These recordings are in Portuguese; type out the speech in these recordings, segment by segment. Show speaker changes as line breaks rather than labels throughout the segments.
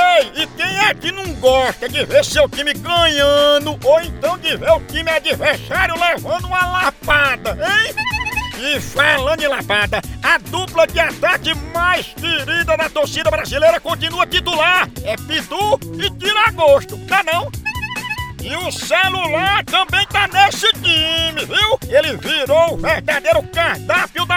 Ei, e quem é que não gosta de ver seu time ganhando ou então de ver o time adversário levando uma lapada, hein? E falando em lapada, a dupla de ataque mais querida da torcida brasileira continua titular. É Pidu e Tiragosto, tá não? E o celular também tá nesse time, viu? Ele virou o verdadeiro cardápio da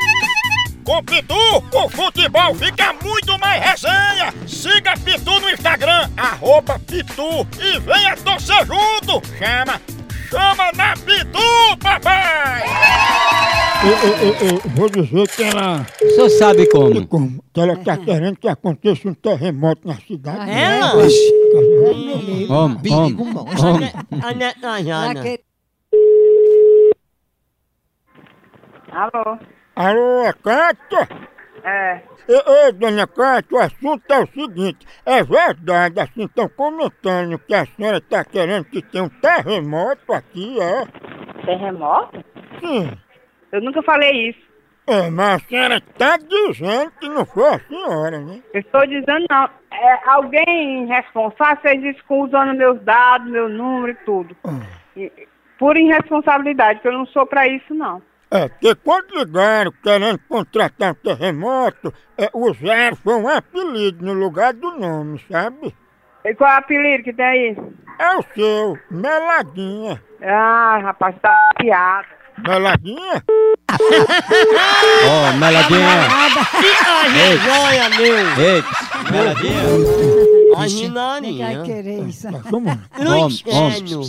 Com Pitu, o futebol fica muito mais resenha! Siga Pitu no Instagram, arroba Pitu e venha torcer junto! Chama! Chama na Pitu, papai!
Eu, eu, eu, eu vou dizer que ela.
O senhor sabe como?
Como? Que ela tá querendo que aconteça um terremoto na cidade. Né?
Né?
Ela?
Homem, homem, homem.
Ana, Ana,
Alô?
Alô, é Cátia?
É,
Ei, ei, dona Cátia, o assunto é o seguinte. É verdade, assim, estão comentando que a senhora está querendo que tenha um terremoto aqui, é?
terremoto?
Sim.
Eu nunca falei isso.
Hum, É, mas a senhora está dizendo que não foi a senhora, né?
Eu estou dizendo não. É, alguém responsável fez isso com- usando meus dados, meu número e tudo. E- por irresponsabilidade, porque eu não sou pra isso, não.
É, porque quando ligaram querendo contratar um terremoto, é, usaram foi um apelido no lugar do nome, sabe?
E qual é o apelido que tem aí?
É o seu, Meladinha.
Ah, rapaz, tá piada.
Meladinha?
Ó, meladinha. Ei, meladinha.
Ordinária.
querer isso.
Vamos.
No
Homem, homem.
inferno.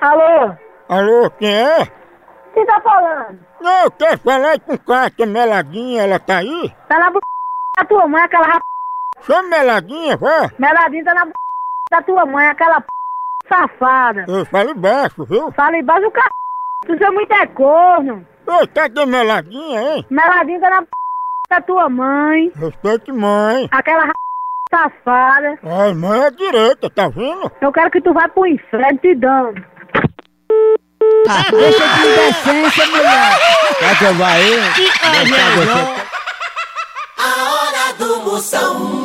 Alô?
Alô, quem é?
Quem tá falando?
Não, eu quero falar com Cátia Meladinha, ela tá aí?
Tá na b... da tua mãe, aquela rap...
Chama Meladinha, vó.
meladinha, tá na b... da tua mãe, aquela p... safada.
Eu falo baixo, viu?
Fala embaixo do c... Tu sou muito é corno.
Ô, cadê Meladinha, hein?
Meladinha, tá na p... da tua mãe.
Respeite mãe.
aquela r... safada.
Ai, mãe é direita, tá vendo?
Eu quero que tu vá pro inferno te dando.
Deixa de indecência, mulher.
Quer que eu vá aí? Deixa eu-
A hora do Moção.